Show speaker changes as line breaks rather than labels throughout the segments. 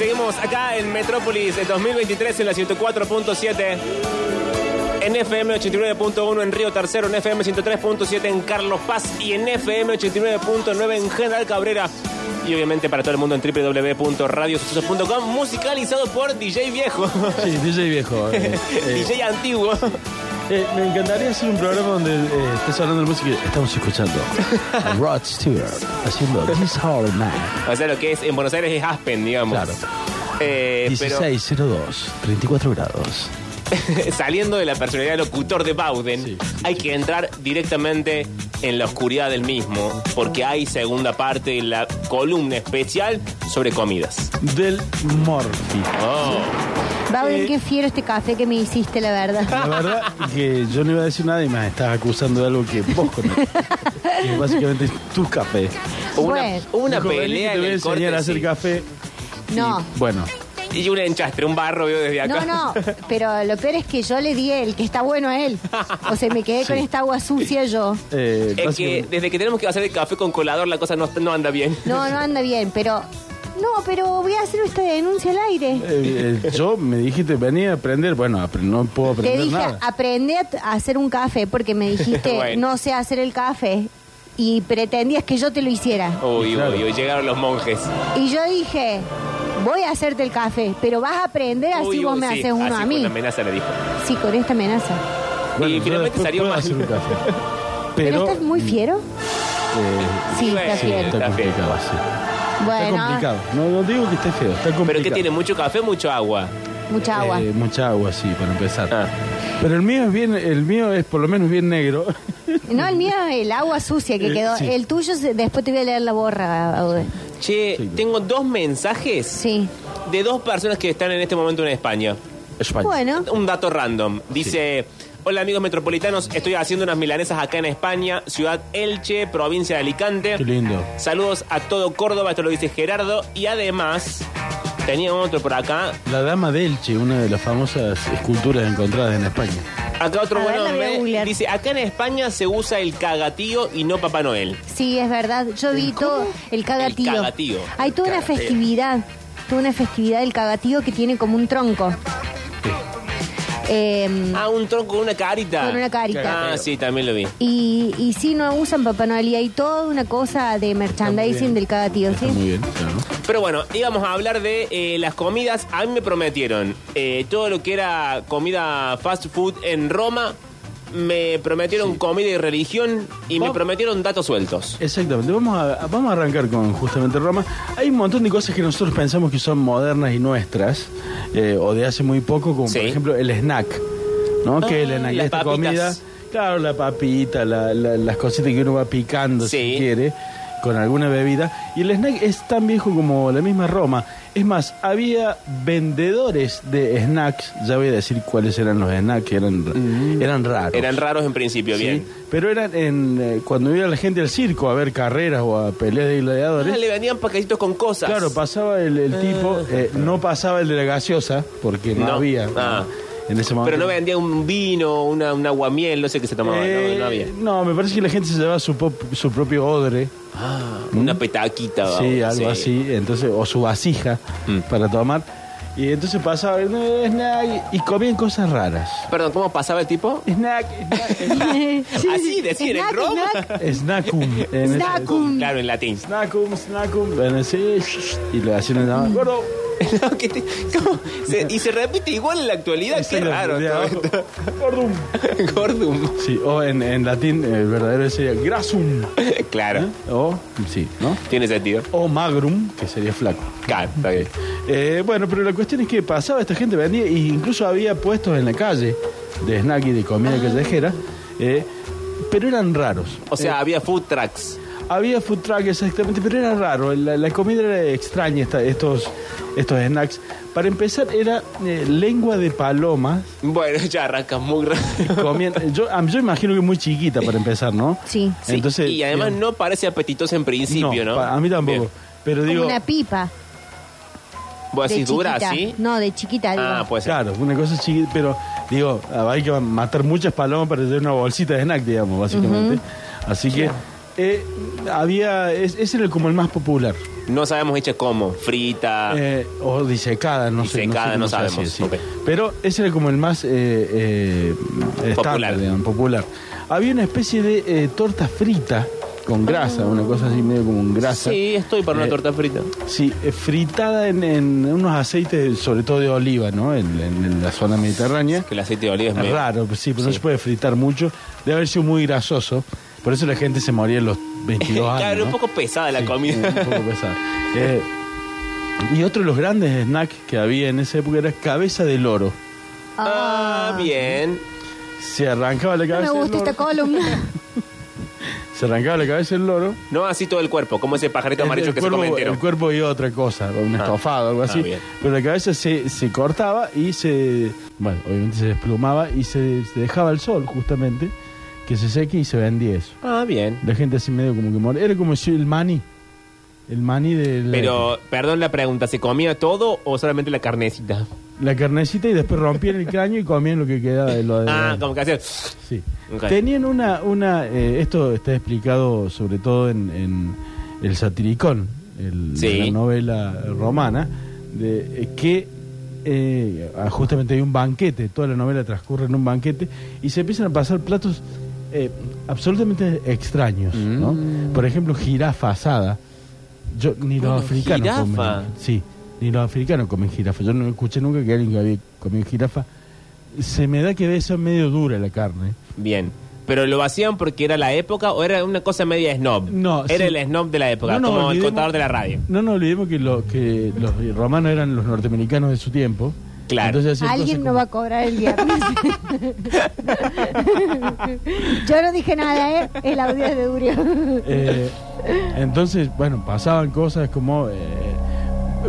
Estamos acá en Metrópolis en 2023 en la 104.7. En FM 89.1 en Río Tercero, en FM 103.7 en Carlos Paz y en FM 89.9 en General Cabrera. Y obviamente para todo el mundo en www.radiosucesos.com, musicalizado por DJ Viejo,
Sí, DJ viejo. eh, eh,
DJ Antiguo.
eh, me encantaría hacer un programa donde eh, estés hablando de música y estamos escuchando a Rod Stewart haciendo This Hard Man.
O sea, lo que es en Buenos Aires es Aspen, digamos.
Claro.
Eh, pero
1602, 34 grados.
saliendo de la personalidad de locutor de Bowden,
Sí.
hay que entrar directamente en la oscuridad del mismo, porque
Ah.
hay segunda parte de la columna especial sobre comidas.
Del Morphy.
Oh.
Eh.
Babel, qué fiero este café que me hiciste, la verdad.
La verdad que yo no iba a decir nada y me estás acusando de algo que vos conoces. Que básicamente es tu café.
Hubo una,
Bueno.
hubo una
Dijo, "Vení
pelea
que te
en
voy a
el corte.
enseñar a hacer
sí. Ah.
café.
No.
Y, bueno,
Y un enchastre, un barro veo desde acá.
No, no, pero lo peor es que yo le di el que está bueno a él. O sea, me quedé con
Sí.
esta agua sucia yo.
eh,
Es que
básicamente-
desde que tenemos que hacer el café con colador la cosa no, no anda bien.
No, no anda bien, pero. No, pero voy a hacer esta denuncia al aire.
eh, eh, yo me dijiste, vení a aprender. Bueno, apre- no puedo
Te
aprender
dije,
nada.
aprende a t- a hacer un café porque me dijiste,
Bueno.
no sé hacer el café. Y pretendías que yo te lo hiciera.
Uy,
Claro.
uy, uy, llegaron los monjes.
Y yo dije, voy a hacerte el café, pero vas a aprender así
Uy,
vos
uy,
me
sí,
haces uno
así
a
con
mí.
la amenaza le dijo.
Sí, con esta amenaza.
Bueno,
y
yo
finalmente
después
salió
puedo
mal.
hacer un café.
Pero,
Pero,
estás muy fiero.
eh,
Sí,
bueno,
está
sí,
sí,
fiero.
está
Está feo.
complicado. sí. Está
Bueno,
complicado. No, no digo que esté feo, está complicado.
Pero que tiene mucho café, mucho agua.
mucha agua.
Eh, mucha agua, sí, para empezar.
Ah.
Pero el mío es bien, el mío es por lo menos bien negro.
No, el mío es el agua sucia que
Eh,
quedó.
sí.
El tuyo, se- después te voy a leer la borra. Aude.
Che,
Sí.
tengo dos mensajes
Sí.
de dos personas que están en este momento en España.
España.
Bueno,
Un dato random. Dice, hola amigos metropolitanos, estoy haciendo unas milanesas acá en España, ciudad Elche, provincia de Alicante.
Qué lindo.
Saludos a todo Córdoba, esto lo dice Gerardo. Y además, tenía otro por acá.
La dama de Elche, una de las famosas esculturas encontradas en España.
Acá otro
A
buen
ver, la voy a
hombre.
googlear.
Dice, acá en España se usa el cagatío y no Papá Noel.
sí, es verdad. Yo vi todo el cagatío.
El cagatío.
Hay toda una
Cagatío.
festividad. Toda una festividad del cagatío que tiene como un tronco. Eh,
Ah, un tronco con una carita.
Con una carita.
Ah, sí, también lo vi.
y, y sí, no usan Papá Noel. Y hay toda una cosa de merchandising
bien.
del cagatío,
Está muy
¿sí?
bien, claro.
Pero bueno, íbamos a hablar de eh, las comidas. A mí me prometieron eh, todo lo que era comida fast food en Roma. Me prometieron comida y religión. Y me
Vos-
prometieron datos sueltos.
Exactamente. Vamos a, vamos a arrancar con justamente Roma. Hay un montón de cosas que nosotros pensamos que son modernas y nuestras, eh, o de hace muy poco, como
Sí.
por ejemplo el snack, ¿no? que el
Ah,
snack,
las
esta
papitas.
comida, claro, la papita, la- la- las cositas que uno va picando
Sí.
si quiere, con alguna bebida. Y el snack es tan viejo como la misma Roma. Es más, había vendedores de snacks, ya voy a decir cuáles eran los snacks, eran, eran raros.
Mm. Eran raros en principio, bien.
Sí, pero eran en, eh, cuando iba la gente al circo a ver carreras o a peleas de gladiadores.
Ah, le vendían paquetitos con cosas.
claro, pasaba el, el tipo, eh, no pasaba el de la gaseosa, porque no,
No.
había
Ah.
en ese momento.
Pero no vendían un vino, una, un aguamiel, no sé qué se tomaba. no,
Eh,
no, había.
no, me parece que la gente se llevaba su, pop- su propio odre,
Una petaquita.
mm. sí,
vamos,
algo así, entonces o su vasija
Ah, Mm.
para tomar. Y entonces pasaba "No, snack", y comían cosas raras.
Perdón, ¿cómo pasaba el tipo?
Snack, snack,
Así, decir, en
Snack,
Roma.
snack.
snackum. en ese-
Snackum.
Claro, en latín.
Snackum, snackum. Bueno, sí, y le hacían el llamado, "Gordo".
No, que te- ¿cómo? Se- y se repite igual en la actualidad. Qué raro todo esto.
Gordum.
Gordum.
Sí, o en, en latín eh, el verdadero sería grasum.
claro,
O, sí, ¿no?
tiene sentido.
O magrum, que sería flaco.
Claro, está bien.
Eh, bueno, pero la cuestión es que pasaba esta gente, vendía, e incluso había puestos en la calle de snack y de comida
Ah.
callejera, eh, pero eran raros.
O sea, había food trucks.
Había food truck exactamente, pero era raro. La, la comida era extraña, esta- estos, estos snacks. Para empezar, era eh, lengua de paloma.
Bueno, ya arrancas muy raro.
Comían, yo, a mí- yo imagino que muy chiquita para empezar, ¿no?
Sí.
Sí,
Entonces,
y además
bien.
no parece apetitoso en principio, ¿no?
pa- A mí tampoco.
Bien.
Pero
Como
digo,
una pipa.
Vos
de
decís dura,
chiquita.
¿sí?
No, de chiquita.
Ah,
digo.
pues
claro, una cosa chiquita, pero digo, hay que matar muchas palomas para tener una bolsita de snack, digamos, básicamente. Así que eh, había, es- ese era como el más popular,
No sabemos hecha cómo. Frita.
Eh, o disecada, no sé.
Ah. Disecada, no
sé cómo
sabemos.
se hace, sí.
Ok.
Pero ese era como el más eh, eh, estándar,
Popular.
digamos, popular. Había una especie de eh, torta frita con
Ah.
grasa, una cosa así medio como un grasa.
sí, estoy para una
Eh,
torta frita.
Sí, eh, fritada en, en unos aceites, sobre todo de oliva, ¿no? En, en- en la zona mediterránea.
Que el aceite de oliva es
Es
medio-
raro, pues sí, pero no
Sí.
se puede fritar mucho. Debe haber sido muy grasoso. Por eso la gente se moría a los 22 años.
Claro, un
¿no?
poco pesada la
Sí,
comida.
Un poco pesada. Eh, y otro de los grandes snacks que había en esa época era cabeza de loro.
Ah, bien.
Se arrancaba la
No me
cabeza del
gusta esta
loro.
columna.
Se arrancaba la cabeza del loro.
No así todo el cuerpo, como ese pajarito Este amarillo que
cuerpo,
se come entero.
el cuerpo y otra cosa, un estofado, algo
Ah,
así.
bien.
pero la cabeza se, se cortaba y se. Bueno, obviamente se desplumaba y se, se dejaba al sol, justamente, que se seque y se vendía eso.
Ah, bien.
La gente así medio como que mor- Era como si el maní. El maní de la,
Pero, perdón la pregunta, ¿se comía todo o solamente la carnecita?
la carnecita y después rompían el cráneo y comían lo que quedaba de lo de.
Ah, como que hacía...
Sí.
Ok.
Tenían una, una eh, esto está explicado sobre todo en, en el satiricón, el-
Sí.
la novela romana, de eh, que eh, ah, justamente hay un banquete, toda la novela transcurre en un banquete y se empiezan a pasar platos eh, absolutamente extraños,
Mm.
¿no? Por ejemplo, jirafa asada. Yo, ni los
Bueno,
africanos
jirafa.
comen. Sí, ni los africanos comen jirafa. Yo no escuché nunca que alguien que había comido jirafa. Se me da que debe ser medio dura la carne.
Bien. ¿Pero lo hacían porque era la época o era una cosa media snob?
No,
Era
sí.
el snob de la época,
No nos
como el
olvidemos-
contador de la radio.
No nos olvidemos que, lo- que los romanos eran los norteamericanos de su tiempo.
Claro.
Entonces hacían
Alguien
cosas
no va a cobrar el viernes. Yo no dije nada, ¿eh? El audio es de Durio.
como- eh, entonces, bueno, pasaban cosas como... eh,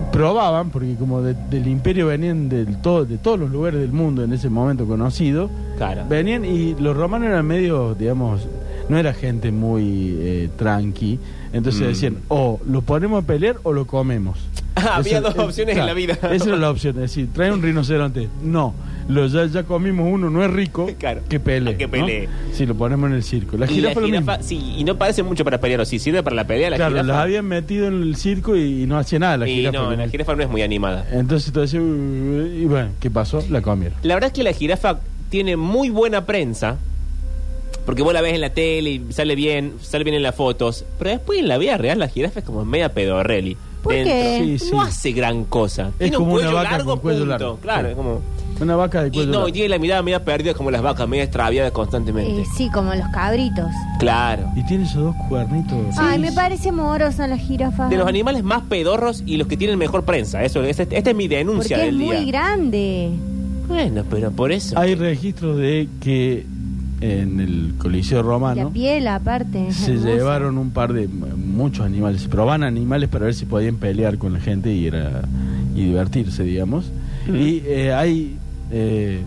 probaban, porque como de- del imperio venían del todo, de todos los lugares del mundo en ese momento conocido,
Claro.
venían y los romanos eran medio, digamos, no era gente muy eh, tranqui. Entonces
Mm.
decían, o lo ponemos a pelear o lo comemos.
Ah, había dos
eh,
opciones en la vida.
Esa era la opción, es decir, trae un rinoceronte. No, lo, ya, ya comimos uno, no es rico,
Claro.
que pele.
Que pelee.
Si lo ponemos en el circo. La
Y la
jirafa, lo mismo.
jirafa, sí, y no parece mucho para pelear, o si sirve para la pelea, la
claro,
jirafa.
las habían metido en el circo y, y no hacía nada la
y
jirafa.
no,
porque-
la jirafa no es muy animada.
Entonces, todo eso, y bueno, ¿qué pasó? La comieron.
La verdad es que la jirafa tiene muy buena prensa. Porque vos la ves en la tele y sale bien, sale bien en las fotos. Pero después en la vida real la jirafa es como media pedorreli.
¿Por qué?
Dentro.
Sí, sí.
No hace gran cosa. tiene
como
un
una
cuello
vaca
largo,
con cuello
punto.
largo.
Claro,
Sí.
es como.
Una vaca de
Y
cuello
no, y
largo.
tiene la mirada media perdida como las vacas, media extraviada constantemente.
Eh, sí, como los cabritos.
Claro.
Y tiene esos dos cuernitos.
Ay,
Sí.
me parece amorosa la jirafa.
De los animales más pedorros y los que tienen mejor prensa. Eso, esa- esta es mi denuncia
Porque es
del día.
muy grande.
Bueno, pero por eso.
Hay registros de que en el Coliseo
La
Romano
piel, aparte. es
Ah, se
hermosa.
llevaron un par de muchos animales, probaban animales para ver si podían pelear con la gente y era y divertirse, digamos. Y eh, hay eh,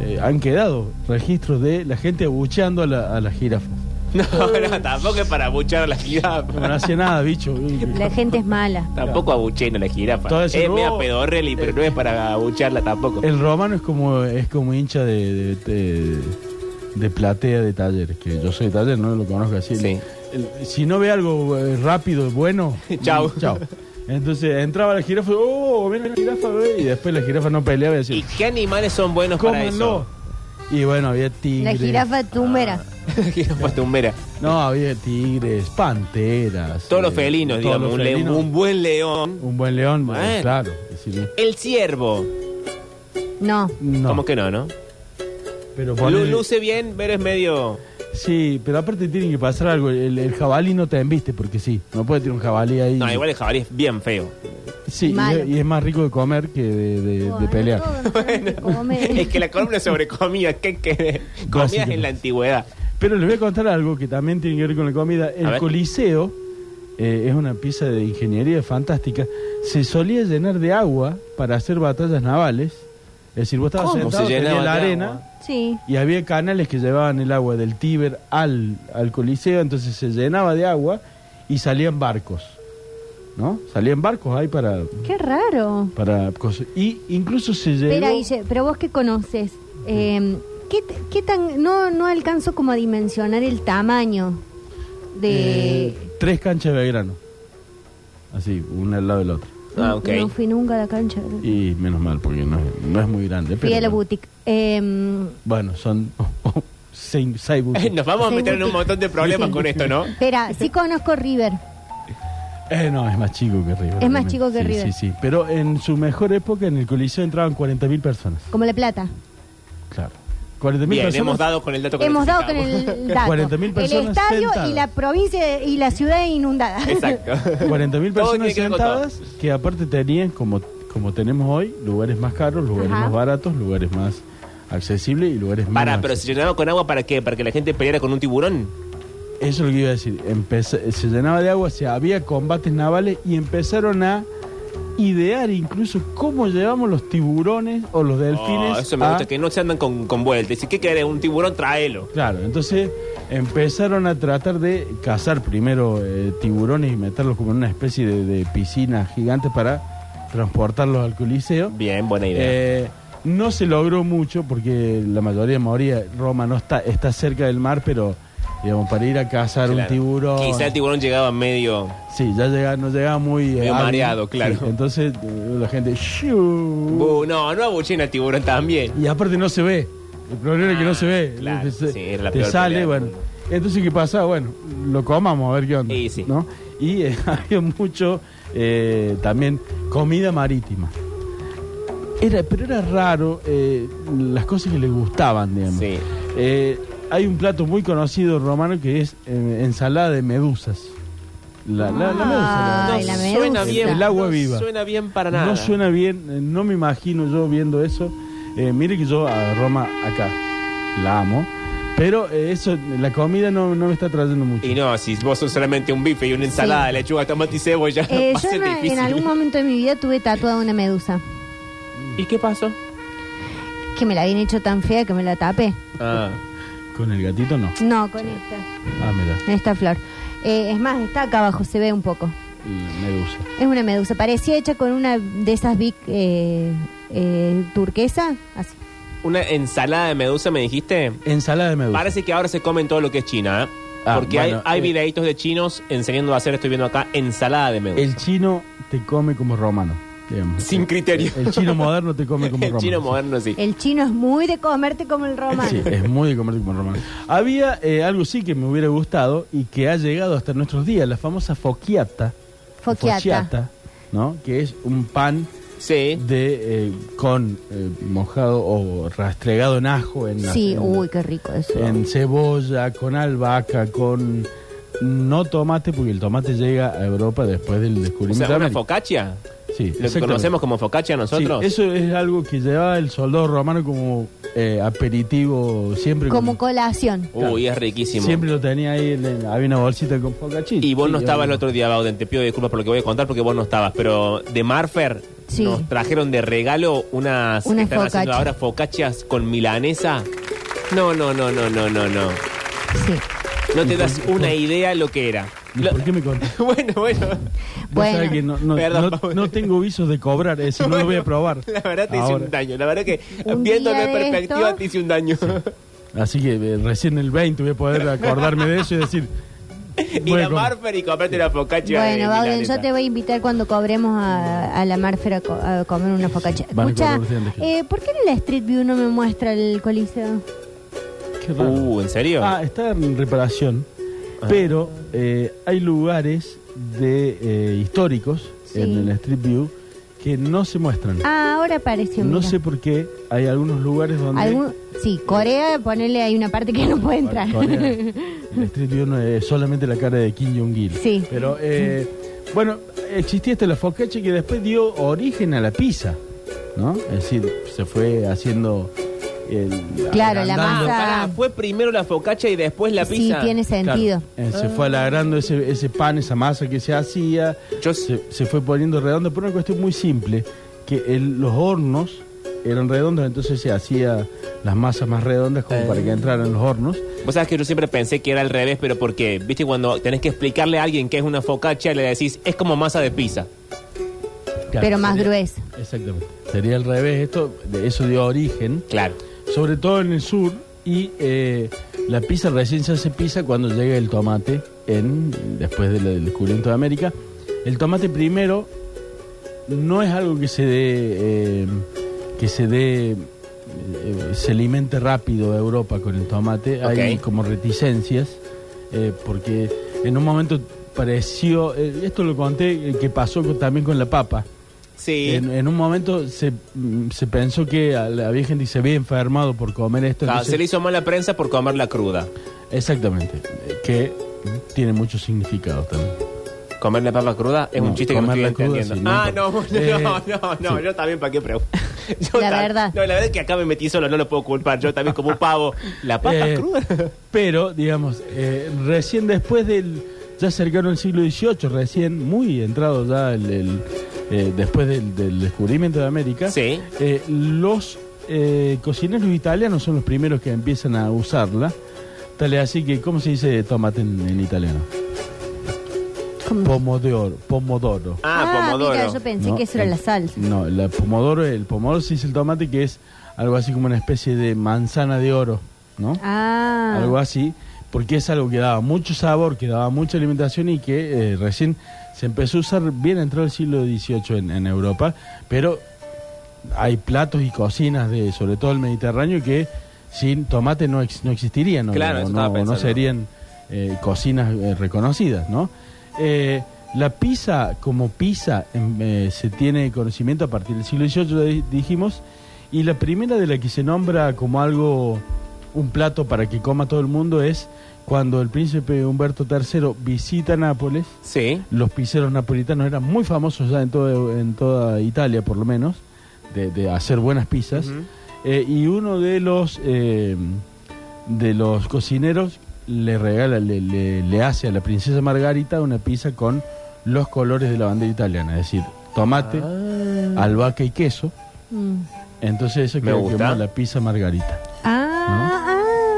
eh, han quedado registros de la gente abucheando a la, a la jirafa.
No, no, tampoco es para abuchar a la
Como No
jirafa.
hacía nada, bicho.
La gente es mala.
Tampoco abucheno la jirafa.
Todo eso,
es media
no.
pedorreli, pero no es para abucharla tampoco.
El romano es como es como hincha de, de, de- de platea de taller, que yo soy de taller, no lo conozco así.
Sí.
El- si no ve algo eh, rápido, bueno,
Chau.
chau. Entonces entraba la jirafa, oh, viene la jirafa, ve", y después la jirafa no peleaba y
¿Y
decía,
qué animales son buenos para eso?
cómanlo. Y bueno, había
La
tigres.
jirafa túmera.
Ah. jirafa tumbera.
No, había tigres, panteras.
Todos los
eh,
felinos,
todos
digamos.
los
un, le-
felinos.
un buen león.
Un buen león,
Bueno.
eh, claro. es decir,
El ciervo.
No.
no,
¿Cómo que no, no?
pero
Lu-
ponele-
luce bien, pero es medio.
Sí, pero aparte tiene que pasar algo. El, el jabalí no te embiste porque sí. No puede tener un jabalí ahí.
No, igual el jabalí es bien feo.
Sí, y
Malo.
es, y es más rico de comer que de, de- de
Bueno,
pelear.
todo, no solamente come.
es que la columna es sobre comida. ¿Qué, qué? Comidas en la antigüedad.
Pero les voy a contar algo que también tiene que ver con la comida.
A
El
ver.
coliseo eh, es una pieza de ingeniería fantástica. Se solía llenar de agua para hacer batallas navales. Es decir, vos estabas
¿Cómo
sentado
se
tenías
llenaba
la
de
arena.
agua?
Sí.
Y había canales que llevaban el agua del Tíber al, al Coliseo, entonces se llenaba de agua y salían barcos. ¿No? Salían barcos ahí para.
Qué raro.
para cosas. Y incluso se llegó.
Espera, Guille, pero vos que conoces, eh, ¿qué, t- qué tan, no, no alcanzo como a dimensionar el tamaño de...
Eh,
eh, tres canchas de Belgrano. así, una al lado del otro.
Ah, ok.
No fui nunca a la cancha.
Y menos mal, porque no es, no es muy grande.
Fui
pero
a la
bueno.
boutique. Em,
Bueno, son seis, seis boutiques.
Nos vamos a meter en un montón de problemas con esto, ¿no?
espera, sí conozco River.
Eh, no, es más chico que River.
Es más
obviamente.
chico que
Sí, Sí,
River.
sí. Pero en su mejor época, en el Coliseo entraban 40.000 personas.
Como La Plata.
Claro. 40.000
Bien,
personas.
hemos dado con el dato que
Hemos dado con
necesitábamos.
el dato.
40.000
el
personas
estadio
sentadas.
y la provincia y la ciudad inundada.
Exacto.
40.000
Todo tiene
personas
que ver con
sentadas que aparte tenían, como, como tenemos hoy, lugares más caros, lugares
Ajá.
más baratos, lugares más accesibles y lugares
Para,
menos
pero se llenaba con agua para qué? Para que la gente peleara con un tiburón.
Eso es lo que iba a decir. Empeza- se llenaba de agua, se había combates navales y empezaron a idear incluso cómo llevamos los tiburones o los delfines. Ah.
Oh, eso me
a-
gusta, que no se andan con, con vueltas. Si qué querés, un tiburón, tráelo.
Claro, entonces empezaron a tratar de cazar primero eh, tiburones y meterlos como en una especie de, de piscina gigante para transportarlos al Coliseo.
Bien, buena idea.
Eh, no se logró mucho porque la mayoría moría. Roma no está, está cerca del mar, pero digamos, para ir a cazar
Claro.
un tiburón.
Quizá el tiburón llegaba medio.
Sí, ya llega, no llegaba muy... eh,
Medio
hábil.
mareado, claro.
Sí, entonces eh, la gente... "Shiu".
Bu, no, no abuchina al tiburón también.
Y aparte no se ve. El problema es que no se ve.
Ah, claro,
Te-
sí, es la
te
peor
sale,
pelea.
bueno. Entonces, ¿qué pasa? Bueno, lo comamos, a ver qué onda.
Y sí.
¿no? Y eh, había mucho eh, también comida marítima. Era, pero era raro eh, las cosas que le gustaban, digamos.
Sí.
Eh, hay un plato muy conocido romano que es eh, ensalada de medusas. La, la- la medusa.
Ay,
No
la
suena
medusa.
bien.
El agua
no
viva.
Suena bien para nada.
No suena bien, eh, no me imagino yo viendo eso. Eh, mire que yo a Roma acá la amo, pero eh, eso, la comida no, no me está trayendo mucho.
Y no, si vos sos solamente un bife y una ensalada,
Sí.
lechuga, tomate y cebolla,
Eh,
va a
yo
ser
en, en
difícil.
algún momento de mi vida tuve tatuada una medusa.
¿Y qué pasó?
Que me la habían hecho tan fea que me la tapé.
Ah,
Con el gatito no.
No, con esta.
Ah, mira,
Esta flor. Eh, es más, está acá abajo, se ve un poco.
y medusa.
Es una medusa. Parecía hecha con una de esas big eh, eh, turquesa. Así.
una ensalada de medusa, me dijiste.
Ensalada de medusa.
Parece que ahora se comen todo lo que es China, ¿eh?
Ah,
Porque
bueno,
hay, hay
eh.
videitos de chinos enseñando a hacer, estoy viendo acá, ensalada de medusa.
El chino te come como romano. digamos.
Sin criterio.
El chino moderno te come como
El
romano.
chino
sí.
moderno, sí.
El chino es muy de comerte como el romano.
Sí, es muy de comer como romano. Había eh, algo sí que me hubiera gustado y que ha llegado hasta nuestros días, la famosa foquiata.
Focchiata.
¿no? Que es un pan
Sí.
de eh, con eh, mojado o rastregado en ajo, en,
Sí,
en-
uy, qué rico eso.
en cebolla, con albahaca, con no tomate porque el tomate llega a Europa después del
O
descubrimiento.
sea,
de
una
América.
focaccia.
Sí,
Lo que
exactamente.
conocemos como focaccia
Sí,
nosotros.
eso es algo que llevaba el soldado romano como eh, aperitivo siempre.
Como colación.
Uy, es riquísimo.
Siempre lo tenía ahí, en- en- había una bolsita con focaccia.
Y vos no
Sí,
estabas el
obvio.
otro día, Bauden. Te pido disculpas por lo que voy a contar porque vos no estabas. Pero de Marfer
Sí.
nos trajeron de regalo unas. que
Unas
están haciendo
focaccia.
ahora focaccias con milanesa. No, no, no, no, no, no, no.
Sí.
No te das una idea lo que era.
¿Y
Lo-
¿Por qué me contaste?
bueno, bueno.
Vos
Bueno.
sabés que no, no-
Perdón,
no-
Pablo.
no tengo visos de cobrar eso, no lo voy a probar.
La verdad te hice
Ahora.
un daño. La verdad que
Un
viéndolo
día
en
de
perspectiva
esto-
te hice un daño.
Así que eh, recién el 20 voy a poder acordarme de eso y decir.
Ir
voy a
a
comer.
Marfer y comprarte una focaccia. de
Bueno, Bauden,
milanesa.
yo te voy a invitar cuando cobremos a, a la Marfera co- a comer una focaccia.
van a
Escucha,
cobrar 200 kilos.
eh, ¿por qué en la Street View no me muestra el coliseo?
Qué raro.
Uh, ¿en serio?
Ah, está en reparación, pero eh, hay lugares de eh, históricos
Sí.
en el Street View que no se muestran.
Ah, ahora apareció.
no
mira.
sé por qué hay algunos lugares donde
Algún- Sí, Corea, ponele, hay una parte que no puede entrar.
Corea, el Street View no es solamente la cara de Kim Jong-il.
Sí.
Pero eh, bueno, existía este la focaccia que después dio origen a la pizza, ¿no? Es decir, se fue haciendo el,
Claro, la
agrandando-
masa.
Pará, fue primero la focaccia y después la
Ah, sí,
pizza.
tiene sentido.
Claro, eh, se fue alargando ese, ese pan, esa masa que se hacía,
Yo
se, se fue poniendo redondo por una cuestión muy simple, que el- los hornos eran redondos, entonces se hacía las masas más redondas como para que entraran los hornos.
Vos sabés que yo siempre pensé que era al revés, pero porque, viste, cuando tenés que explicarle a alguien que es una focaccia, le decís, es como masa de pizza.
Claro,
Pero más
sería-
grueso.
Exactamente. Sería al revés, esto, de eso dio origen,
Claro.
sobre todo en el sur, y eh, la pizza recién se hace pizza cuando llega el tomate en, después del, del descubrimiento de América. El tomate primero no es algo que se dé, eh, que se dé, eh, se alimente rápido Europa con el tomate. Hay
Ok.
como reticencias, eh, porque en un momento pareció, eh, esto lo conté, eh, que pasó con- también con la papa.
Sí.
En, en un momento se, mm, se pensó que a la Virgen se había enfermado por comer esto.
Ah,
entonces-
se le hizo mala prensa por comerla cruda.
Exactamente, eh, que tiene mucho significado también.
¿Comer la papa cruda? Es
No,
un chiste que no estoy
comerla cruda,
entendiendo.
sí, no
ah, no, no,
importa. Eh,
no, no, no,
sí.
yo también, ¿para qué pregunto? Yo
La
tam-
verdad.
No, la verdad es que acá me metí solo, no lo puedo culpar. Yo también como un pavo. La papa
Eh,
cruda.
Pero, digamos, eh, recién después del. Ya cercano al siglo XVIII, recién, muy entrado ya el, el, eh, después del, del descubrimiento de América,
Sí.
eh, los eh, cocineros italianos son los primeros que empiezan a usarla. Tal es así que, ¿cómo se dice tomate en, en italiano?
¿Cómo?
Pomodoro. Pomodoro.
Ah, pomodoro.
mira, yo pensé
No,
que eso era
el-
la salsa.
No, la pomodoro, el pomodoro se dice el tomate que es algo así como una especie de manzana de oro, ¿no?
Ah.
algo así, porque es algo que daba mucho sabor, que daba mucha alimentación y que eh, recién se empezó a usar bien entrado el siglo XVIII en, en Europa, pero hay platos y cocinas de, sobre todo el Mediterráneo, que sin tomate no, ex- no existirían, ¿no?
Claro,
O
eso
no,
estaba
o no
pensando.
serían eh, cocinas eh, reconocidas, ¿no? Eh, la pizza, como pizza, em, eh, se tiene conocimiento a partir del siglo XVIII, lo di- dijimos, y la primera de la que se nombra como algo, un plato para que coma todo el mundo es cuando el príncipe Humberto III visita Nápoles,
Sí.
los pizzeros napolitanos eran muy famosos ya en, todo- en toda Italia, por lo menos, de, de hacer buenas pizzas.
Ujú.
Eh, y uno de los eh, de los cocineros le regala, le, le- le hace a la princesa Margarita una pizza con los colores de la bandera italiana, es decir, tomate,
Ah.
Ah. albahaca y queso.
Mm.
Entonces eso
Me
quedó
gusta.
como la pizza Margarita.
Ah,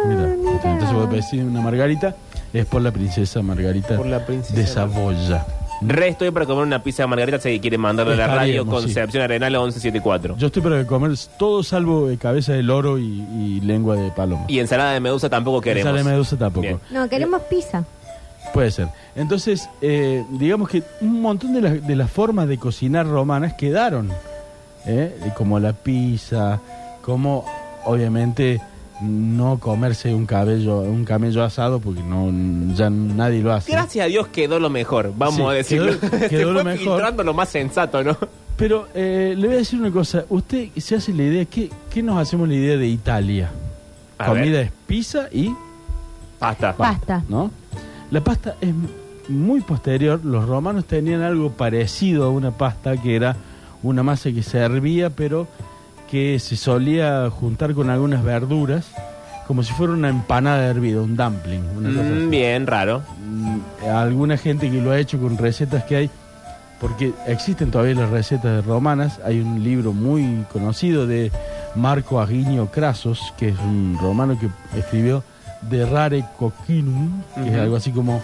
Mira,
ah, mira.
entonces vos decís una Margarita es por la princesa Margarita
Por la princesa
de Saboya.
Re estoy para comer una pizza de margarita si quiere mandarle a la radio
Estaríamos, sí.
Concepción Arenal 1174.
Yo estoy para comer todo salvo eh, cabeza de loro y, y lengua de paloma.
Y ensalada de medusa tampoco queremos.
Sale medusa tampoco.
Bien.
No, queremos pizza.
Puede ser. Entonces, eh, digamos que un montón de, las- de las formas de cocinar romanas quedaron. ¿eh? Como la pizza, como obviamente no comerse un cabello, un camello asado porque no ya nadie lo hace.
Gracias a Dios quedó lo mejor, vamos
Sí,
a decirlo.
quedó-
Se
quedó
fue
lo mejor.
filtrando lo más sensato, ¿no?
Pero eh, le voy a decir una cosa, usted se hace la idea, ¿qué, qué nos hacemos la idea de Italia?
A ver.
Comida es pizza y
Pasta.
Pasta.
¿no? La pasta es m- muy posterior. Los romanos tenían algo parecido a una pasta que era una masa que se hervía, pero que se solía juntar con algunas verduras, como si fuera una empanada hervida, un dumpling. Una cosa así.
Mm, bien, raro.
Mm, Alguna gente que lo ha hecho con recetas que hay, porque existen todavía las recetas romanas. Hay un libro muy conocido de Marco Aguinio Crasos, que es un romano que escribió De Rare Cocinum, que es
Ujú.
algo así como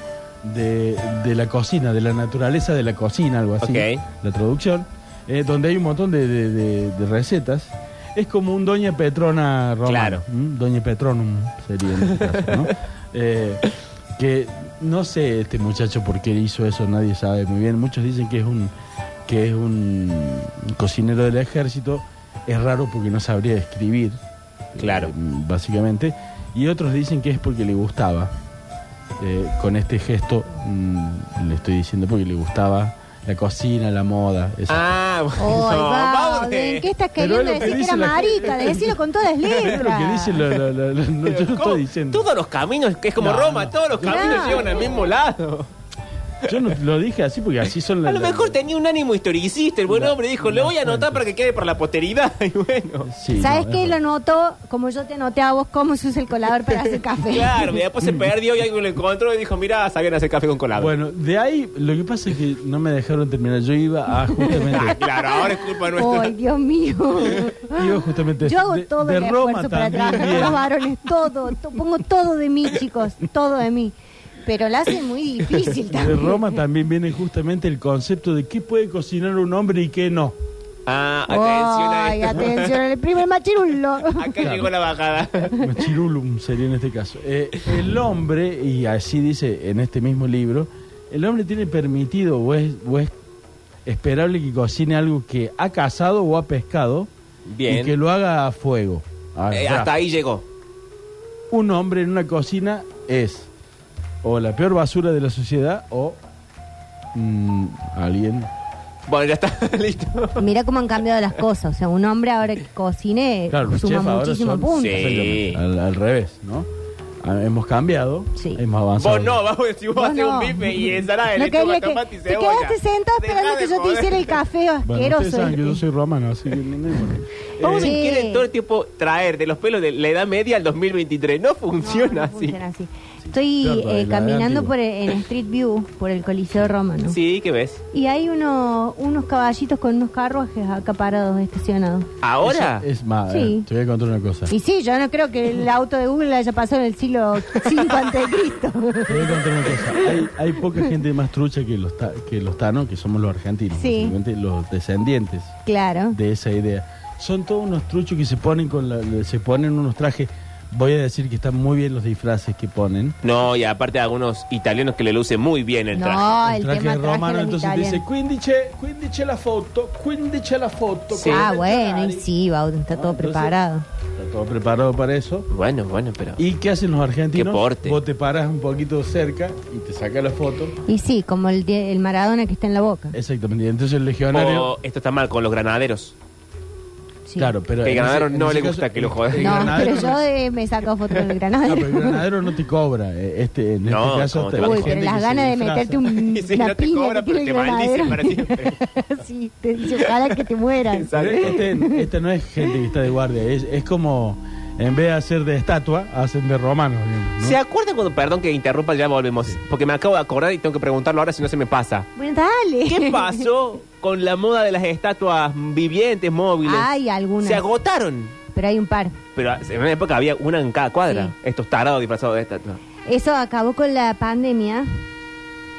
de, de la cocina, de la naturaleza de la cocina, algo así,
Ok.
la traducción, eh, donde hay un montón de, de- de- de recetas. Es como un Doña Petrona romano.
Claro.
¿m? Doña Petronum sería en este caso, ¿no? Eh, que no sé este muchacho por qué hizo eso, nadie sabe muy bien. Muchos dicen que es un que es un cocinero del ejército. Es raro porque no sabría escribir.
Claro.
eh, básicamente. Y otros dicen que es porque le gustaba. Eh, con este gesto mm, le estoy diciendo porque le gustaba la cocina, la moda. esas
Ah,
Oh,
bueno,
va,
Bauden.
¿Qué estás
eh, Pero es lo
queriendo
que
decir que
dice
era
la gente.
marica? Decirlo con todas
cosas.
letras.
Pero lo que dice lo- lo- lo- lo- no, yo no
¿Cómo?
estoy diciendo.
Todos los caminos, que es como
No,
Roma,
no.
todos los caminos
No.
llevan al mismo lado.
Yo no lo dije así porque así son
A
las.
lo mejor tenía un ánimo historicista, el buen
La-
hombre dijo, lo
la
voy a anotar
fuente.
para que quede para la posteridad. Y bueno,
Sí,
¿Sabes
no,
qué?
es
Lo
verdad.
noto, como yo te noté a vos, cómo se usa el colador para hacer café.
claro, y después se perdió y alguien lo encontró y dijo, mira, sabían hacer café con colado.
Bueno, de ahí lo que pasa es que no me dejaron terminar. Yo iba a
Ah,
justamente.
claro, ahora es culpa nuestra.
Ay, Dios mío.
iba justamente
Yo hago
de,
todo
de
el
Roma
esfuerzo para
también.
trabajar con
bien.
los varones, todo, to- pongo todo de mí, chicos, todo de mí. Pero la hace muy difícil
De
también.
Roma también viene justamente el concepto de qué puede cocinar un hombre y qué no.
Ah, atención a
Ay,
esto.
atención, el primer machirulo.
Acá llegó la bajada.
Chirulum sería en este caso. Eh, el hombre, y así dice en este mismo libro, el hombre tiene permitido o es, o es esperable que cocine algo que ha cazado o ha pescado
Bien.
y que lo haga a fuego. Ah,
Eh,
o sea,
hasta ahí llegó.
Un hombre en una cocina es o la peor basura de la sociedad o mm, alguien.
Bueno, ya está, listo.
Mira cómo han cambiado las cosas. O sea, un hombre ahora que cocine
Claro, los
Eh, suma
chefs ahora
muchísimos
son
puntos.
Sí.
Exactamente, al, al revés, ¿no? Ah, Hemos cambiado,
Sí.
hemos avanzado.
Vos no, vamos, si vos,
Vos
haces un
no.
bife y ensalada de
No
lechuga,
quería que-
tomate y
te
cebolla.
quedaste sentado
Dejá
esperando
de
que yo te
joder.
hiciera el café
Bueno, ustedes
asqueroso.
saben que yo
este.
soy romano, así que no importa.
Vamos a
Sí.
quieren todo el tiempo traer de los pelos de la edad media al 2023. No
No,
funciona
no
así.
funciona así. Estoy
Claro,
eh,
la- la
caminando
antigua.
por el, en Street View, por el Coliseo Romano.
Sí, ¿qué ves?
Y hay uno- unos caballitos con unos carruajes acá parados, estacionados.
¿Ahora?
Eso Es más,
Sí.
eh, te voy a contar una cosa.
Y sí, yo no creo que el auto de Google haya pasado en el siglo V antes de Cristo.
Te voy a contar una cosa. Hay, hay poca gente más trucha que los, ta- que los tanos, que somos los argentinos,
Sí.
básicamente, los descendientes
Claro.
de esa idea. Son todos unos truchos que se ponen con la- se ponen unos trajes. Voy a decir que están muy bien los disfraces que ponen.
No, y aparte de algunos italianos que le luce muy bien el traje.
No, Ah, el,
traje
tema
romano,
traje los
entonces
italianos.
dice, quindice, quindice la foto, quindice la foto.
Sí.
Ah,
quindice
bueno,
la-
y sí, Bauden, está
Ah,
todo
entonces-
preparado.
Está todo preparado para eso.
Bueno, bueno, pero.
¿Y qué hacen los argentinos?
Qué porte.
Vos te paras un poquito cerca y te saca la foto.
Y sí, como el, die- el Maradona que está en la boca.
Eh, Exactamente. Y Entonces el legionario...
O Oh, esto está mal con los granaderos.
Sí.
Claro, pero...
Que el
en ese-
ganadero
en
no
ese
le
caso,
gusta que lo jodan.
el
No,
ganadero
pero
no-
yo eh, me he sacado fotos con el granadero.
Ah, pero el ganadero no te cobra. eh, Este, en
No,
este caso...
¿cómo te
hasta
va a
la
Uy,
cobrar?
gente
pero las
que se
ganas de
disfraza-
meterte un,
Y si
una
no te
Mm, piña
cobra,
que tiene
pero
el
te maldicen para
granadero. sí, te dice, ojalá que te mueras.
Exacto.
Este, este no es gente que está de guardia. Es, es como... En vez de hacer de estatua, hacen de romanos. digamos, ¿no?
¿Se acuerdan cuando, perdón que interrumpa, ya volvemos? Porque me acabo de acordar y tengo que preguntarlo ahora si no se me pasa.
Bueno, dale.
¿Qué pasó con la moda de las estatuas vivientes móviles?
Hay algunas.
Se agotaron.
Pero hay un par.
Pero en una época había una en cada cuadra.
Sí.
Estos tarados disfrazados de estatuas.
Eso acabó con la pandemia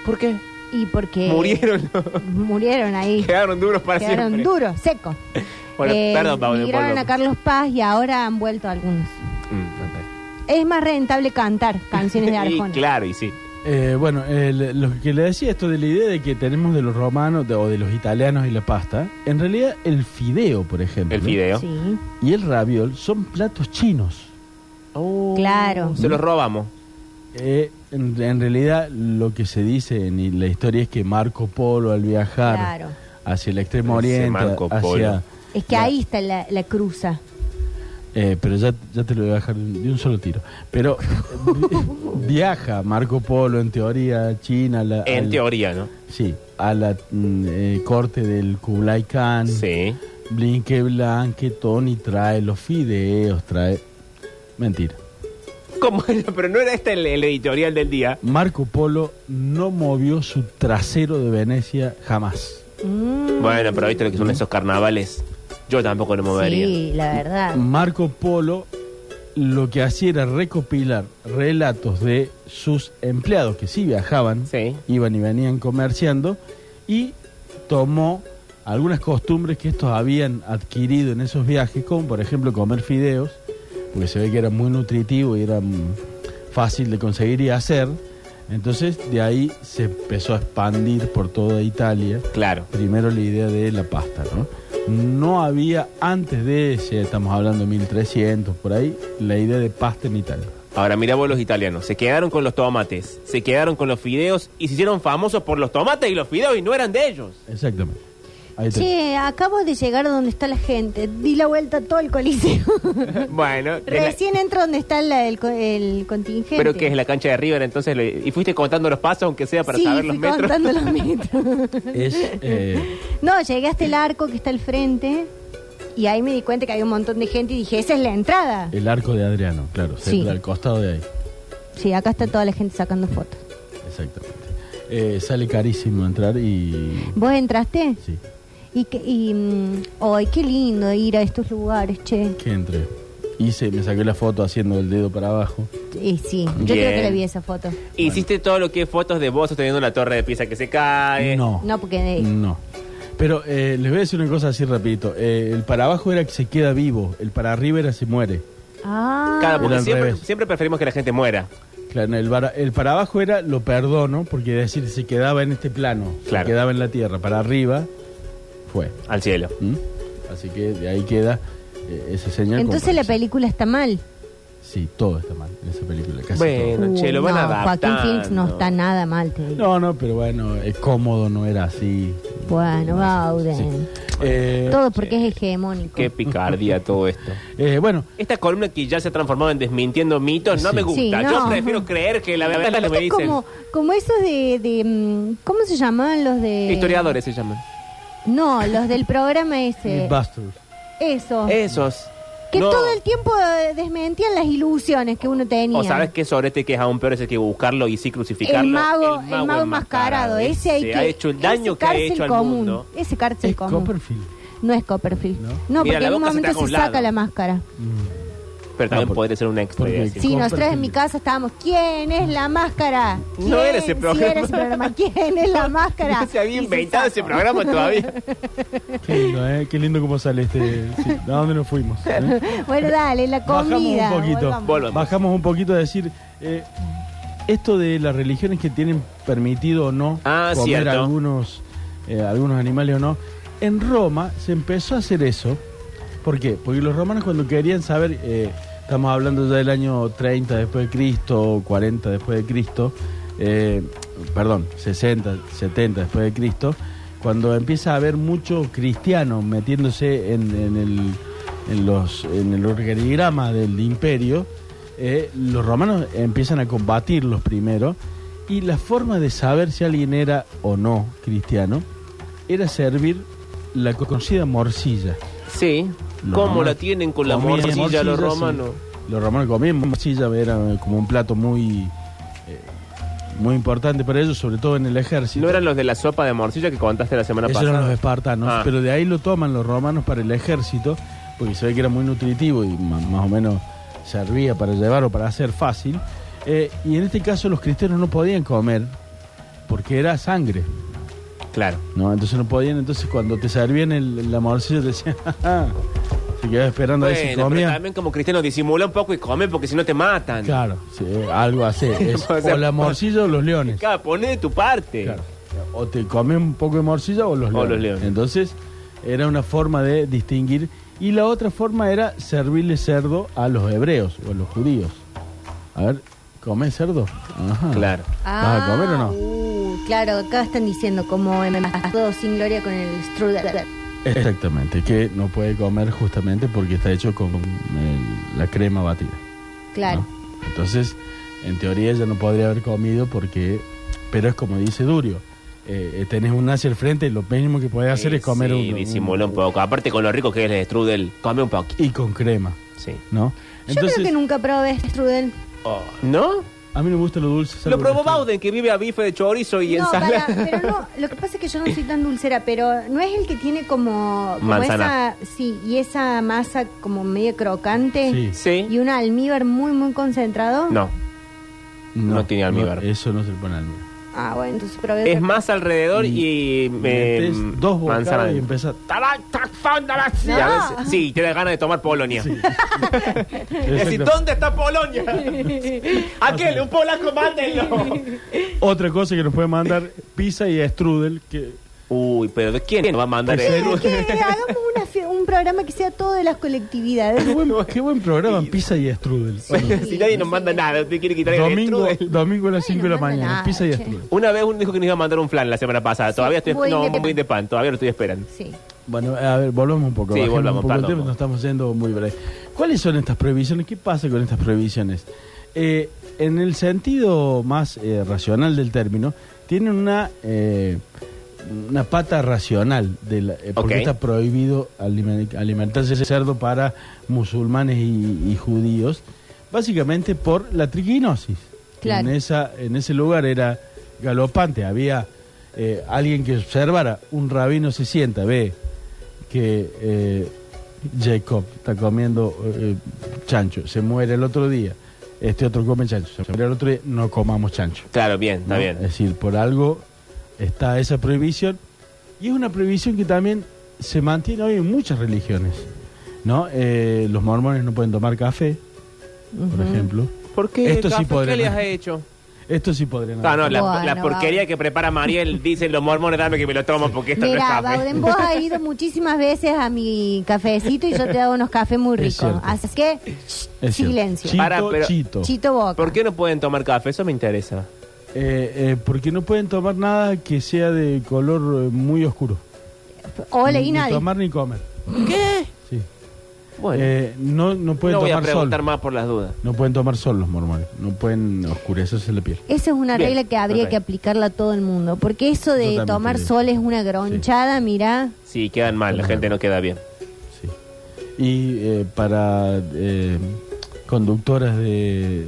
¿Por qué?
y porque...
Murieron.
Murieron ahí.
Quedaron duros para
Eh. Quedaron
siempre.
duros, secos.
Bueno,
Eh,
perdón, Pablo.
Migraron
por lo-
a Carlos Paz y ahora han vuelto algunos.
Mm, no sé.
Es más rentable cantar canciones de
Y
Arjona.
claro, y sí.
Eh, bueno, el- lo que le decía esto de la idea de que tenemos de los romanos de- o de los italianos y la pasta, en realidad el fideo, por ejemplo,
El fideo.
Sí.
y el raviol son platos chinos.
Oh,
Claro.
Se los robamos.
Eh, en, en realidad lo que se dice en la historia es que Marco Polo al viajar
Claro.
hacia el Extremo
Ese
Oriente,
Marco Polo.
hacia...
Es que ahí está la, la cruza.
eh, pero ya, ya te lo voy a dejar de un, de un solo tiro. Pero eh, vi- viaja Marco Polo en teoría a China. a la-
En
al-
teoría, ¿no?
Sí, a la mm, eh, corte del Kublai Khan.
Sí.
Blinque Blanque, Tony trae los fideos, trae. Mentira.
¿Cómo era? Pero no era este el, el editorial del día.
Marco Polo no movió su trasero de Venecia jamás.
Mm,
Bueno, pero viste lo que son esos carnavales. Yo tampoco lo movería.
sí, la verdad.
Marco Polo lo que hacía era recopilar relatos de sus empleados que sí viajaban,
Sí.
iban y venían comerciando, y tomó algunas costumbres que estos habían adquirido en esos viajes, como por ejemplo comer fideos, porque se ve que era muy nutritivo y era mm, fácil de conseguir y hacer. Entonces de ahí se empezó a expandir por toda Italia
Claro.
primero la idea de la pasta, ¿no? No había antes de ese, estamos hablando de 1300, por ahí, la idea de pasta en Italia.
Ahora mira vos los italianos. Se quedaron con los tomates, se quedaron con los fideos y se hicieron famosos por los tomates y los fideos y no eran de ellos.
Exactamente. Ahí está.
Che, acabo de llegar donde está la gente. Di la vuelta a todo el coliseo.
bueno. de la-
Recién entro donde está la- el, co- el contingente.
Pero que es la cancha de River, entonces. le- Y fuiste contando los pasos, aunque sea para
sí,
saber los
fui
metros.
contando los metros.
Es, eh,
No, llegué hasta el arco que está al frente y ahí me di cuenta que había un montón de gente y dije, esa es la entrada.
el arco de Adriano, claro,
Sí.
siempre al costado de ahí.
Sí, acá está toda la gente sacando fotos.
Exactamente. Eh, sale carísimo entrar y.
¿Vos entraste?
Sí,
Y, que, y mm, ay, qué lindo ir a estos lugares, che.
que entré. Hice, me saqué la foto haciendo el dedo para abajo.
Eh, sí, yo
Bien.
creo que le vi esa foto.
E Hiciste todo lo que es fotos de vos sosteniendo la torre de pizza que se cae.
No.
No, porque eh,
Mm.
No. Pero eh, les voy a decir una cosa así rapidito. Eh, el para abajo era que se queda vivo, el para arriba era se muere.
Ah,
Claro, porque
Era al
siempre,
revés.
siempre preferimos que la gente muera.
Claro, no, el, vara- el para abajo era lo perdono, porque es decir, se quedaba en este plano,
Claro.
se quedaba en la tierra. Para arriba fue.
Al cielo.
¿Mm? Así que de ahí queda eh, esa señal. como
Entonces
para
la
decir-
película está mal.
Sí, todo está mal en esa película, casi todo.
Bueno, che, lo van
Uh, no,
a dar.
Joaquín Phoenix no está nada mal, te digo.
No, no, pero bueno, eh, cómodo no era así.
Bueno, Bauden.
Sí. Eh,
Todo porque es hegemónico.
Qué picardía todo esto.
eh, bueno,
Esta columna que ya se ha transformado en desmintiendo mitos no
Sí.
me gusta.
Sí,
Yo
no.
prefiero creer que la verdad es lo que me
Esto es
dicen.
como, como esos de, de, mm, ¿Cómo se llamaban los de...?
Historiadores se llaman.
No, los del programa ese.
Mythbusters.
Eso.
Esos.
Oh. que
Eh, No.
todo el tiempo eh, desmentían las ilusiones que uno tenía.
O sabes qué sorete que es aún peor es el que buscarlo y sí crucificarlo.
El mago, el mago enmascarado, ese hay
se
que...
ha hecho el
ese
daño que ha
cárcel
hecho al
común,
mundo.
Ese cárcel
Es
común.
Copperfield.
No es Copperfield.
No.
No,
Mira,
porque
la
en un
boca se te
momento
haga a
se
un lado.
saca la máscara.
Mm.
Pero también
No, por-
podría ser un extra.
porque-
iba a decir.
Sí.
Sí, nosotros en
Copperfield.
mi casa estábamos, ¿quién es la máscara?
No
¿Quién-
era ese
sí
programa.
era ese programa, ¿Quién es la máscara?
No se había
Y
inventado
saca.
ese programa todavía.
Qué lindo, ¿eh? Qué lindo cómo sale este. sí. ¿A dónde nos fuimos? eh?
Bueno, dale, la comida.
Bajamos un poquito.
volvamos.
Volvamos.
Bajamos un poquito a decir. eh, esto de las religiones que tienen permitido o no
Ah,
comer
cierto.
algunos, eh, algunos animales o no. En Roma se empezó a hacer eso. ¿Por qué? Porque los romanos cuando querían saber, eh, estamos hablando ya del año 30 después de Cristo, 40 después de Cristo, eh, perdón, 60, 70 después de Cristo, cuando empieza a haber mucho cristiano metiéndose en, en el, en, los, en el organigrama del imperio, eh, los romanos empiezan a combatirlos primero y la forma de saber si alguien era o no cristiano era servir la conocida morcilla.
Sí.
Los
¿Cómo
romanos
la tienen con la
comían
morcilla, los
sí.
romanos?
Los romanos comían morcilla, era eh, como un plato muy eh, muy importante para ellos, sobre todo en el ejército.
¿No eran los de la sopa de morcilla que contaste la semana
Esos
pasada?
eran los espartanos,
Ah.
pero de ahí lo toman los romanos para el ejército, porque se ve que era muy nutritivo y ma- más o menos servía para llevar o para hacer fácil. Eh, y en este caso los cristianos no podían comer porque era sangre.
Claro.
No, entonces no podían, entonces cuando te servían el, la morcilla te decían, "Ah, "Ja, ja". se quedaba esperando a ver si
Bueno, pero
comía.
también como cristiano disimula un poco y come porque si no te matan.
Claro, sí, algo así. es
O sea,
o la morcilla o los leones.
Acá, poné de tu parte.
Claro. O te comes un poco de morcilla o los
O
leones.
los leones.
Entonces, era una forma de distinguir. Y la otra forma era servirle cerdo a los hebreos o a los judíos. A ver, ¿comes cerdo? Ajá.
Claro.
¿Vas a comer o no?
Ah, uh, claro, acá están diciendo como en todo sin gloria con el strudel.
Exactamente, que no puede comer justamente porque está hecho con eh, la crema batida.
Claro.
Ah.
¿no? Entonces, en teoría ella no podría haber comido porque, pero es como dice Durio, eh, eh, tenés un nazi al frente, lo mínimo que podés hacer
Sí,
es comer
sí,
un- un-
disimula un poco. Aparte con lo rico que es el strudel, come un poquito.
y con crema,
Sí.
¿no?
Yo creo que nunca probé strudel.
¿No?
a mí no me gusta lo dulce.
Lo
salvo
Oh. probó
cuando-
Bauden, que vive a bife de chorizo y
no,
ensalada.
pará, pero no, lo que pasa es que yo no soy tan dulcera, pero no es el que tiene como, como
Manzana.
esa, sí, y esa masa como medio crocante
Sí.
Sí.
y un almíbar muy muy concentrado.
No. no tiene almíbar.
eso no se le pone almíbar.
Ah, bueno, entonces probé
Es
otra
más alrededor y... eh,
Mm. Metés dos bocados
manzana.
y empezás...
Tala- ta- fan- tala- Sí, a
No.
veces- sí, tienes ganas de tomar Polonia. Y decís,
Exacto.
¿dónde está Polonia? Aquel, un polaco, mátenlo.
Otra cosa que nos puede mandar pizza y strudel, que
Uy, pero ¿de quién va a mandar
¿En
eso?
Es que hagamos una fie- un programa que sea todo de las colectividades.
Qué buen, qué buen programa, pizza y strudel.
si nadie nos manda nada, usted quiere quitar el
Domingo,
strudel.
domingo a las
Ay,
5 de la
no manda
mañana,
nada,
pizza y
che.
strudel.
Una vez uno dijo que nos iba a mandar un flan la semana pasada. todavía estoy...
budín
No,
de pan.
budín de pan. Todavía lo estoy esperando.
Sí.
Bueno, a ver, volvamos un poco.
Sí,
bajemos
volvamos,
un poco el
perdón.
tema, nos estamos yendo muy breve. ¿Cuáles son estas prohibiciones? ¿Qué pasa con estas prohibiciones? Eh, en el sentido más eh, racional del término, tienen una, eh, una pata racional, de la- eh, porque
Ok.
está prohibido alime- alimentarse de cerdo para musulmanes y, y judíos, básicamente por la triquinosis.
Claro.
En, esa, en ese lugar era galopante, había eh, alguien que observara, un rabino se sienta, ve que eh, Jacob está comiendo eh, chancho, se muere el otro día, este otro come chancho, se muere el otro día, no comamos chancho.
Claro, bien, está
¿no? eh,
bien.
Es decir, por algo está esa prohibición. Y es una prohibición que también se mantiene hoy en muchas religiones. ¿no? Eh, los mormones no pueden tomar café, por
Ujú.
ejemplo.
¿Por qué,
Esto sí
café? ¿Qué
podría-
le has hecho?
Esto sí podría.
Ah, No, no, la,
Bueno,
la
vamos.
porquería que prepara Mariel, dicen los mormones, dame que me lo tomo porque esto no es
Mira,
café.
Bauden, vos has ido muchísimas veces a mi cafecito y yo te hago unos cafés muy
Es
ricos.
cierto.
Así que,
Es cierto.
silencio.
Chito,
Pará, pero-
chito.
Chito Boca.
¿Por qué no pueden tomar café? Eso me interesa.
Eh, eh, porque no pueden tomar nada que sea de color eh, muy oscuro.
O leí
ni, ni
nadie.
tomar ni comer.
¿Qué?
Sí.
Bueno,
Eh, no, no pueden
no voy a
tomar sol.
preguntar más por las dudas.
No pueden tomar sol los mormones. No pueden oscurecerse la piel.
Esa es una
Bien,
regla que habría
ok.
que aplicarla a todo el mundo. Porque eso de
Totalmente
tomar
bien.
sol es una gronchada, mirá.
Sí, quedan mal, la gente no queda bien.
Sí. Y eh, para eh, conductoras de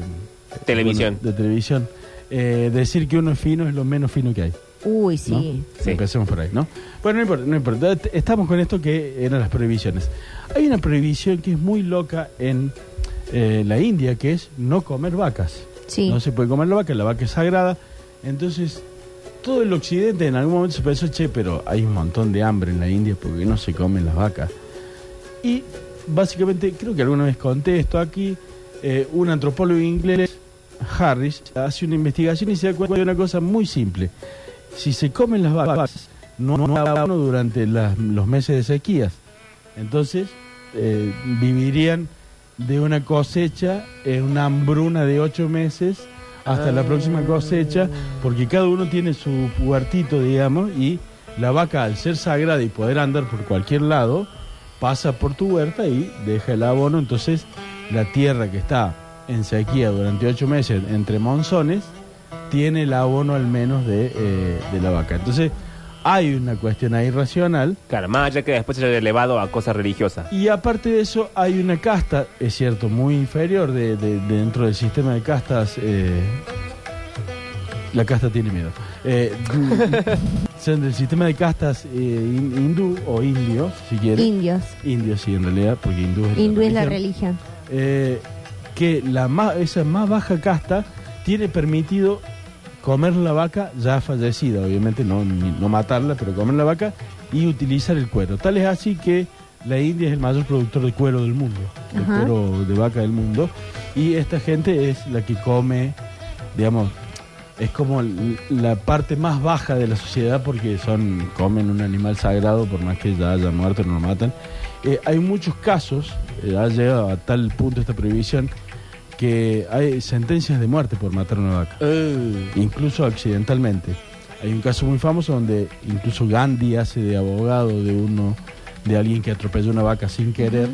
Televisión.
bueno, de televisión, eh, decir que uno es fino es lo menos fino que hay.
Uy,
¿no?
sí.
Sí.
Empecemos por ahí, ¿no? Bueno, no importa, no importa. Est- Estamos con esto que eran las prohibiciones. Hay una prohibición que es muy loca en eh, la India, que es no comer vacas.
Sí.
No se puede comer la vaca, la vaca es sagrada. Entonces, todo el occidente en algún momento se pensó, che, pero hay un montón de hambre en la India porque no se comen las vacas. Y básicamente, creo que alguna vez conté esto aquí, eh, un antropólogo inglés, Harris, hace una investigación y se da cuenta de una cosa muy simple. Si se comen las vacas, no, no habrá uno durante las- los meses de sequías. Entonces, eh, vivirían de una cosecha en una hambruna de ocho meses hasta la próxima cosecha, porque cada uno tiene su huertito, digamos, y la vaca, al ser sagrada y poder andar por cualquier lado, pasa por tu huerta y deja el abono. Entonces, la tierra que está en sequía durante ocho meses entre monzones tiene el abono al menos de, eh, de la vaca. Entonces, hay una cuestión ahí racional.
Claro, más allá que después se haya elevado a cosas religiosas.
Y aparte de eso, hay una casta, es cierto, muy inferior de, de- de dentro del sistema de castas. eh, la casta tiene miedo. Eh, son del sistema de castas eh, hin- hindú o indio, si quieres.
Indios.
indio, sí, en realidad, porque hindú es
Hindú
la
es la
religión
religión.
eh, que la más, esa más baja casta tiene permitido comer la vaca ya fallecida, obviamente no, ni- no matarla, pero comer la vaca y utilizar el cuero. Tal es así que la India es el mayor productor de cuero del mundo, de
Ajá.
cuero de vaca del mundo, y esta gente es la que come, digamos, es como l- la parte más baja de la sociedad porque son comen un animal sagrado por más que ya haya muerto no lo matan Eh, hay muchos casos eh, ha llegado a tal punto esta prohibición que hay sentencias de muerte por matar una vaca Eh. incluso accidentalmente hay un caso muy famoso donde incluso Gandhi hace de abogado de uno de alguien que atropelló una vaca sin querer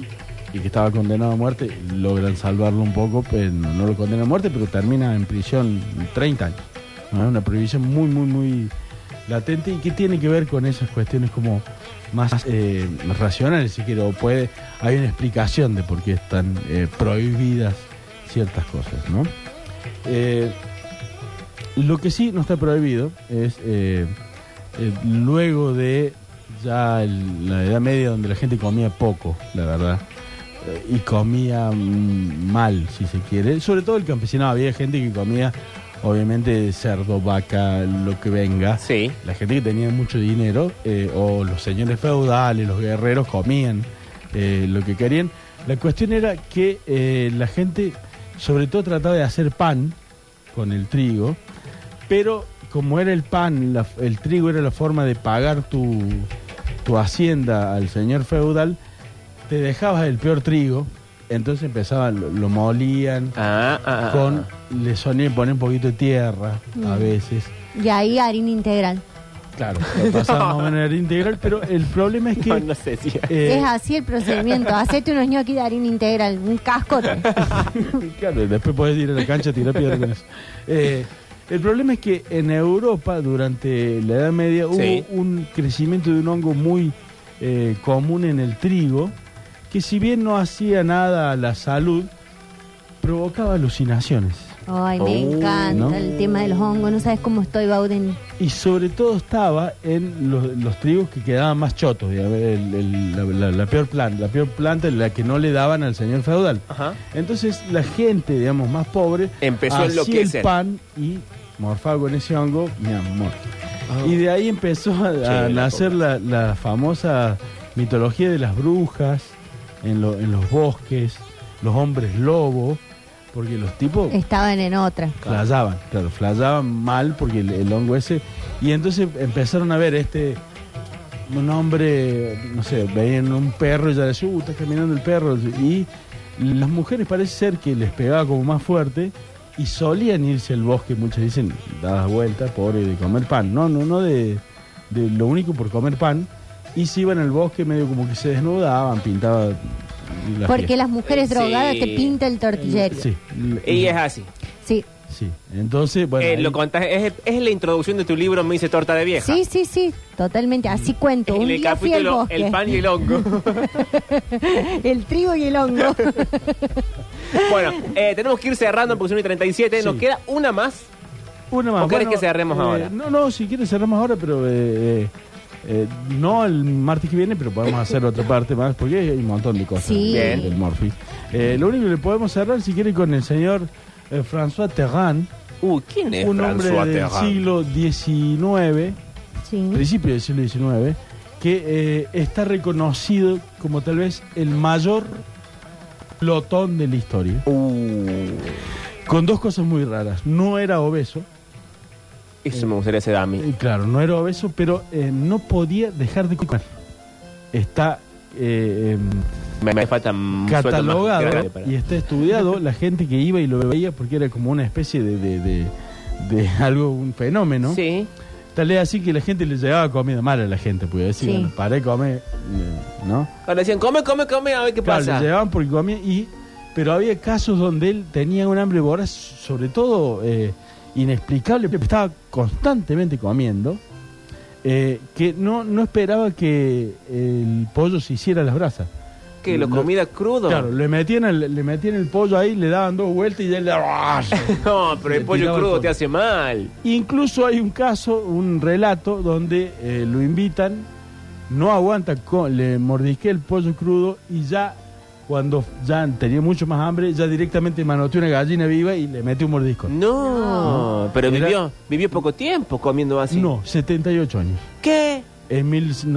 y que estaba condenado a muerte logran salvarlo un poco pues, no, no lo condenan a muerte pero termina en prisión 30 años ¿no? una prohibición muy muy muy latente y que tiene que ver con esas cuestiones como más eh, racionales si quiero o puede hay una explicación de por qué están eh, prohibidas ciertas cosas no Eh, lo que sí no está prohibido es eh, eh, luego de ya el- la Edad Media donde la gente comía poco, la verdad, eh, y comía mm, mal, si se quiere. Sobre todo el campesinado, había gente que comía, obviamente, cerdo, vaca, lo que venga.
Sí.
La gente que tenía mucho dinero, eh, o los señores feudales, los guerreros, comían eh, lo que querían. La cuestión era que eh, la gente, sobre todo, trataba de hacer pan con el trigo, pero como era el pan, la- el trigo era la forma de pagar tu, tu hacienda al señor feudal, te dejabas el peor trigo, entonces empezaban, lo, lo molían,
Ah, ah, ah,
con,
ah.
le sonían poner un poquito de tierra a veces.
Y ahí harina integral.
Claro, lo pasamos de manera integral, pero el problema es que...
No, no sé si...
eh,
Es así el procedimiento. Hacete unos ñoquis de harina integral, un cascote.
Claro, después podés ir a la cancha a tirar piedra con eso. Eh, el problema es que en Europa, durante la Edad Media, hubo
Sí.
un crecimiento de un hongo muy eh, común en el trigo, que si bien no hacía nada a la salud, provocaba alucinaciones.
Ay, me
Oh,
encanta
¿no? Oh.
el tema de los hongos. No sabes cómo estoy, Bauden.
Y sobre todo estaba en los, los trigos que quedaban más chotos, digamos, el- el- la, la- la peor planta, la peor planta la que no le daban al señor feudal.
Ajá.
Entonces la gente, digamos, más pobre,
Empezó a
hacía
enloquecer.
el pan y morfaba con ese hongo, mi amor.
Oh.
Y de ahí empezó a, a
la
nacer la, la famosa mitología de las brujas en, lo- en los bosques, los hombres lobo. Porque los tipos
Estaban en otra.
flayaban, claro, flayaban mal porque el, el hongo ese. Y entonces empezaron a ver este. Un hombre, no sé, veían un perro y ya decían, uh, está caminando el perro. Y las mujeres parece ser que les pegaba como más fuerte y solían irse al bosque. Muchas dicen, dadas vueltas, pobre, de comer pan. No, no, no de, de lo único por comer pan. Y se iban al bosque medio como que se desnudaban, pintaban. la
Porque
piel.
las mujeres
Sí.
drogadas te pinta el tortillero. Sí.
Sí.
Y es así.
Sí,
Entonces, bueno.
Eh,
ahí-
lo contás, es, es la introducción de tu libro Me hice torta de vieja.
sí, sí, totalmente. Así cuento. Un
En el
día fui al
capítulo
bosque.
El pan y el hongo.
El trigo y el hongo.
bueno, eh, tenemos que ir cerrando porque son y 37. Nos
Sí.
queda una más.
Una más.
¿O querés que cerremos
eh,
ahora?
No, no, si quieres cerramos ahora, pero eh, eh, eh, no el martes que viene, pero podemos hacer otra parte más, porque hay un montón de cosas
Sí.
del-
Bien.
del Morphy. Eh, lo único que le podemos cerrar, si quiere, con el señor eh, François Terran,
Uh, ¿quién es
un hombre
François
del
Terrand?
siglo XIX,
Sí.
principio del siglo XIX, que eh, está reconocido como tal vez el mayor plotón de la historia.
Uh,
Con dos cosas muy raras. No era obeso.
eso me gustaría ser a mí.
Eh, Claro, no era obeso, pero eh, no podía dejar de comer. Está eh, em,
Me, me falta un sueldo más
catalogado
grande para-
y está estudiado la gente que iba y lo veía porque era como una especie de, de, de- de algo, un fenómeno.
Sí.
Tal es así que la gente le llegaba comida mala a la gente, porque decir,
Sí.
bueno, paré, come, eh, ¿no?
Ahora decían, come, come, come, a ver qué
Claro,
pasa.
le llevaban porque comía y... Pero había casos donde él tenía un hambre voraz, sobre todo eh, inexplicable, porque estaba constantemente comiendo, eh, que no, no esperaba que el pollo se hiciera a las brasas.
que lo
Lo-
comida crudo.
Claro, le metían, el, le metían el pollo ahí, le daban dos vueltas y él le...
No, pero el
Le
pollo
tiraba el
crudo
pollo.
te hace mal.
Incluso hay un caso, un relato, donde eh, lo invitan, no aguanta, co- le mordisqué el pollo crudo y ya, cuando ya tenía mucho más hambre, ya directamente manoteó una gallina viva y le metió un mordisco.
No, pero
Era-
vivió vivió poco tiempo comiendo así.
No, 78 años.
¿Qué?
En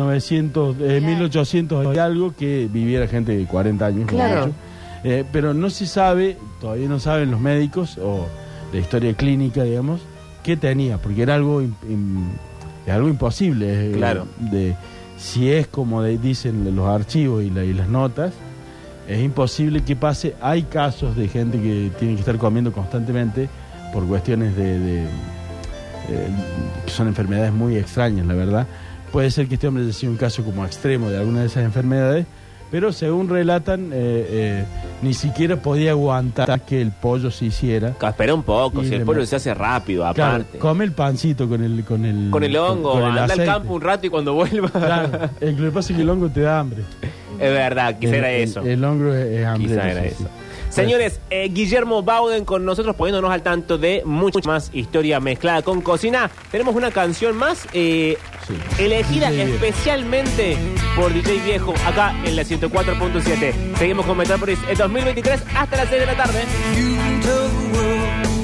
1900, eh, 1800 hay algo que viviera gente de 40 años. como
Claro.
mucho. Eh, pero no se sabe, todavía no saben los médicos o la historia clínica, digamos, qué tenía, porque era algo, im- im- es algo imposible. eh,
Claro.
De, si es como de- dicen los archivos y, la- y las notas, es imposible que pase. Hay casos de gente que tiene que estar comiendo constantemente por cuestiones de, de, eh, que son enfermedades muy extrañas, la verdad. Puede ser que este hombre haya sido un caso como extremo de alguna de esas enfermedades, pero según relatan, eh, eh, ni siquiera podía aguantar que el pollo se hiciera.
Espera un poco,
Y
si el
le
pollo
met-
se hace rápido,
Claro,
aparte.
come el pancito con el con el
con el hongo,
con el
anda al
aceite.
campo un rato y cuando vuelva.
Claro, el que le pasa es que el hongo te da hambre.
Es verdad, quizá
El-
era
el-
eso.
El, hongo es, es hambre.
Quizá
sí,
era
sí,
eso.
sí. Pues-
Señores, eh, Guillermo Bauden con nosotros poniéndonos al tanto de mucha más historia mezclada con cocina. Tenemos una canción más eh,
Sí.
elegida
DJ Viejo.
especialmente por DJ Viejo acá en la 104.7. Seguimos con Metropolis en 2023 hasta las 6 de la tarde.
You tell the world